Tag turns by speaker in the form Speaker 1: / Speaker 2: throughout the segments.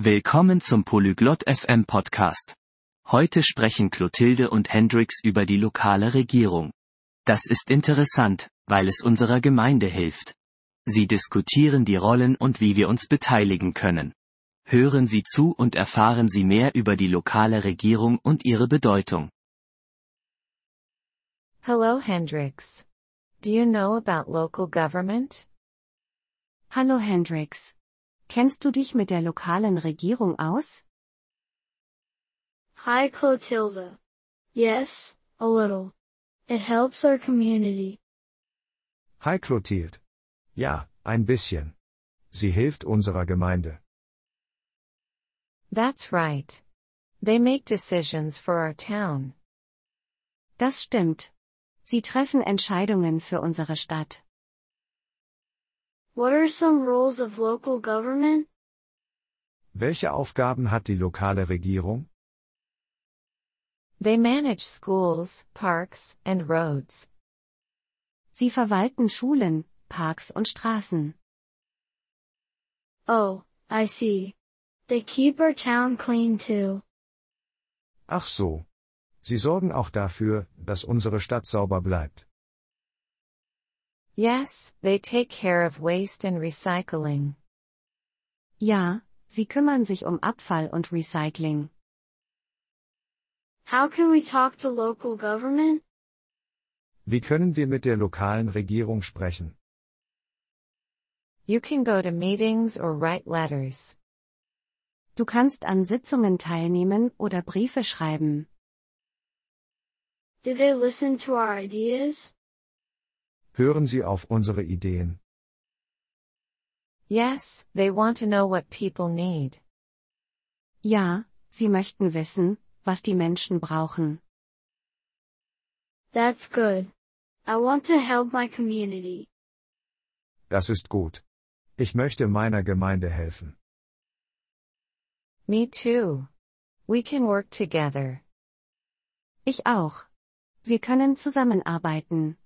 Speaker 1: Willkommen zum Polyglot FM Podcast. Heute sprechen Clotilde und Hendrix über die lokale Regierung. Das ist interessant, weil es unserer Gemeinde hilft. Sie diskutieren die Rollen und wie wir uns beteiligen können. Hören Sie zu und erfahren Sie mehr über die lokale Regierung und ihre Bedeutung.
Speaker 2: Hello, Hendrix. Do you know about local government?
Speaker 3: Hallo Hendrix. Kennst du dich mit der lokalen Regierung aus?
Speaker 4: Hi, Clotilda. Yes, a little. It helps our community.
Speaker 5: Hi Clotilde. Ja, ein bisschen. Sie hilft unserer Gemeinde.
Speaker 2: That's right. They make decisions for our town.
Speaker 3: Das stimmt. Sie treffen Entscheidungen für unsere Stadt.
Speaker 4: What are some roles of local government?
Speaker 5: Welche Aufgaben hat die lokale Regierung?
Speaker 2: They manage schools, parks, and roads.
Speaker 3: Sie verwalten Schulen, Parks und Straßen.
Speaker 4: Oh, I see. They keep our town clean too.
Speaker 5: Ach so. Sie sorgen auch dafür, dass unsere Stadt sauber bleibt.
Speaker 2: Yes, they take care of waste and recycling.
Speaker 3: Ja, sie kümmern sich um Abfall und Recycling.
Speaker 4: How can we talk to local government?
Speaker 5: Wie können wir mit der lokalen Regierung sprechen?
Speaker 2: You can go to meetings or write letters.
Speaker 3: Du kannst an Sitzungen teilnehmen oder Briefe schreiben.
Speaker 4: Do they listen to our ideas?
Speaker 5: Hören Sie auf unsere Ideen.
Speaker 2: Yes, they want to know what people need.
Speaker 3: Ja, sie möchten wissen, was die Menschen brauchen.
Speaker 4: That's good. I want to help my community.
Speaker 5: Das ist gut. Ich möchte meiner Gemeinde helfen.
Speaker 2: Me too. We can work together.
Speaker 3: Ich auch. Wir können zusammenarbeiten.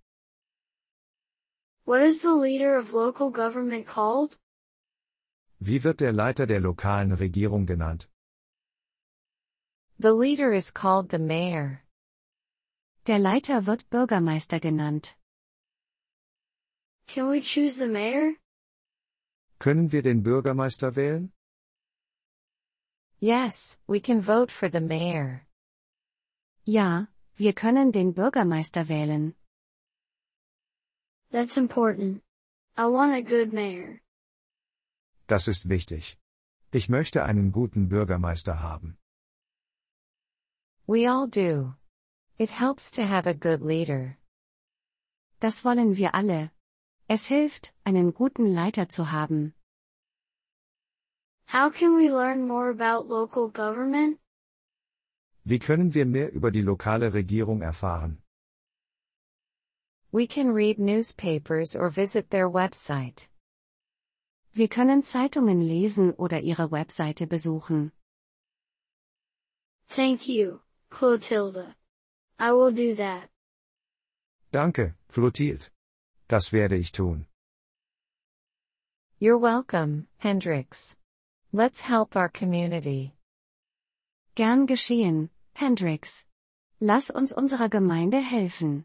Speaker 4: What is the leader of local government called?
Speaker 5: Wie wird der Leiter der lokalen Regierung genannt?
Speaker 2: The leader is called the mayor.
Speaker 3: Der Leiter wird Bürgermeister genannt.
Speaker 4: Can we choose the mayor?
Speaker 5: Können wir den Bürgermeister wählen?
Speaker 2: Yes, we can vote for the mayor.
Speaker 3: Ja, wir können den Bürgermeister wählen.
Speaker 4: That's important. I want a good mayor.
Speaker 5: Das ist wichtig. Ich möchte einen guten Bürgermeister haben.
Speaker 2: We all do. It helps to have a good leader.
Speaker 3: Das wollen wir alle. Es hilft, einen guten Leiter zu haben.
Speaker 4: How can we learn more about local government?
Speaker 5: Wie können wir mehr über die lokale Regierung erfahren?
Speaker 2: We can read newspapers or visit their website.
Speaker 3: Wir können Zeitungen lesen oder ihre Webseite besuchen.
Speaker 4: Thank you, Clotilda. I will do that.
Speaker 5: Danke, Clotilde. Das werde ich tun.
Speaker 2: You're welcome, Hendrix. Let's help our community.
Speaker 3: Gern geschehen, Hendrix. Lass uns unserer Gemeinde helfen.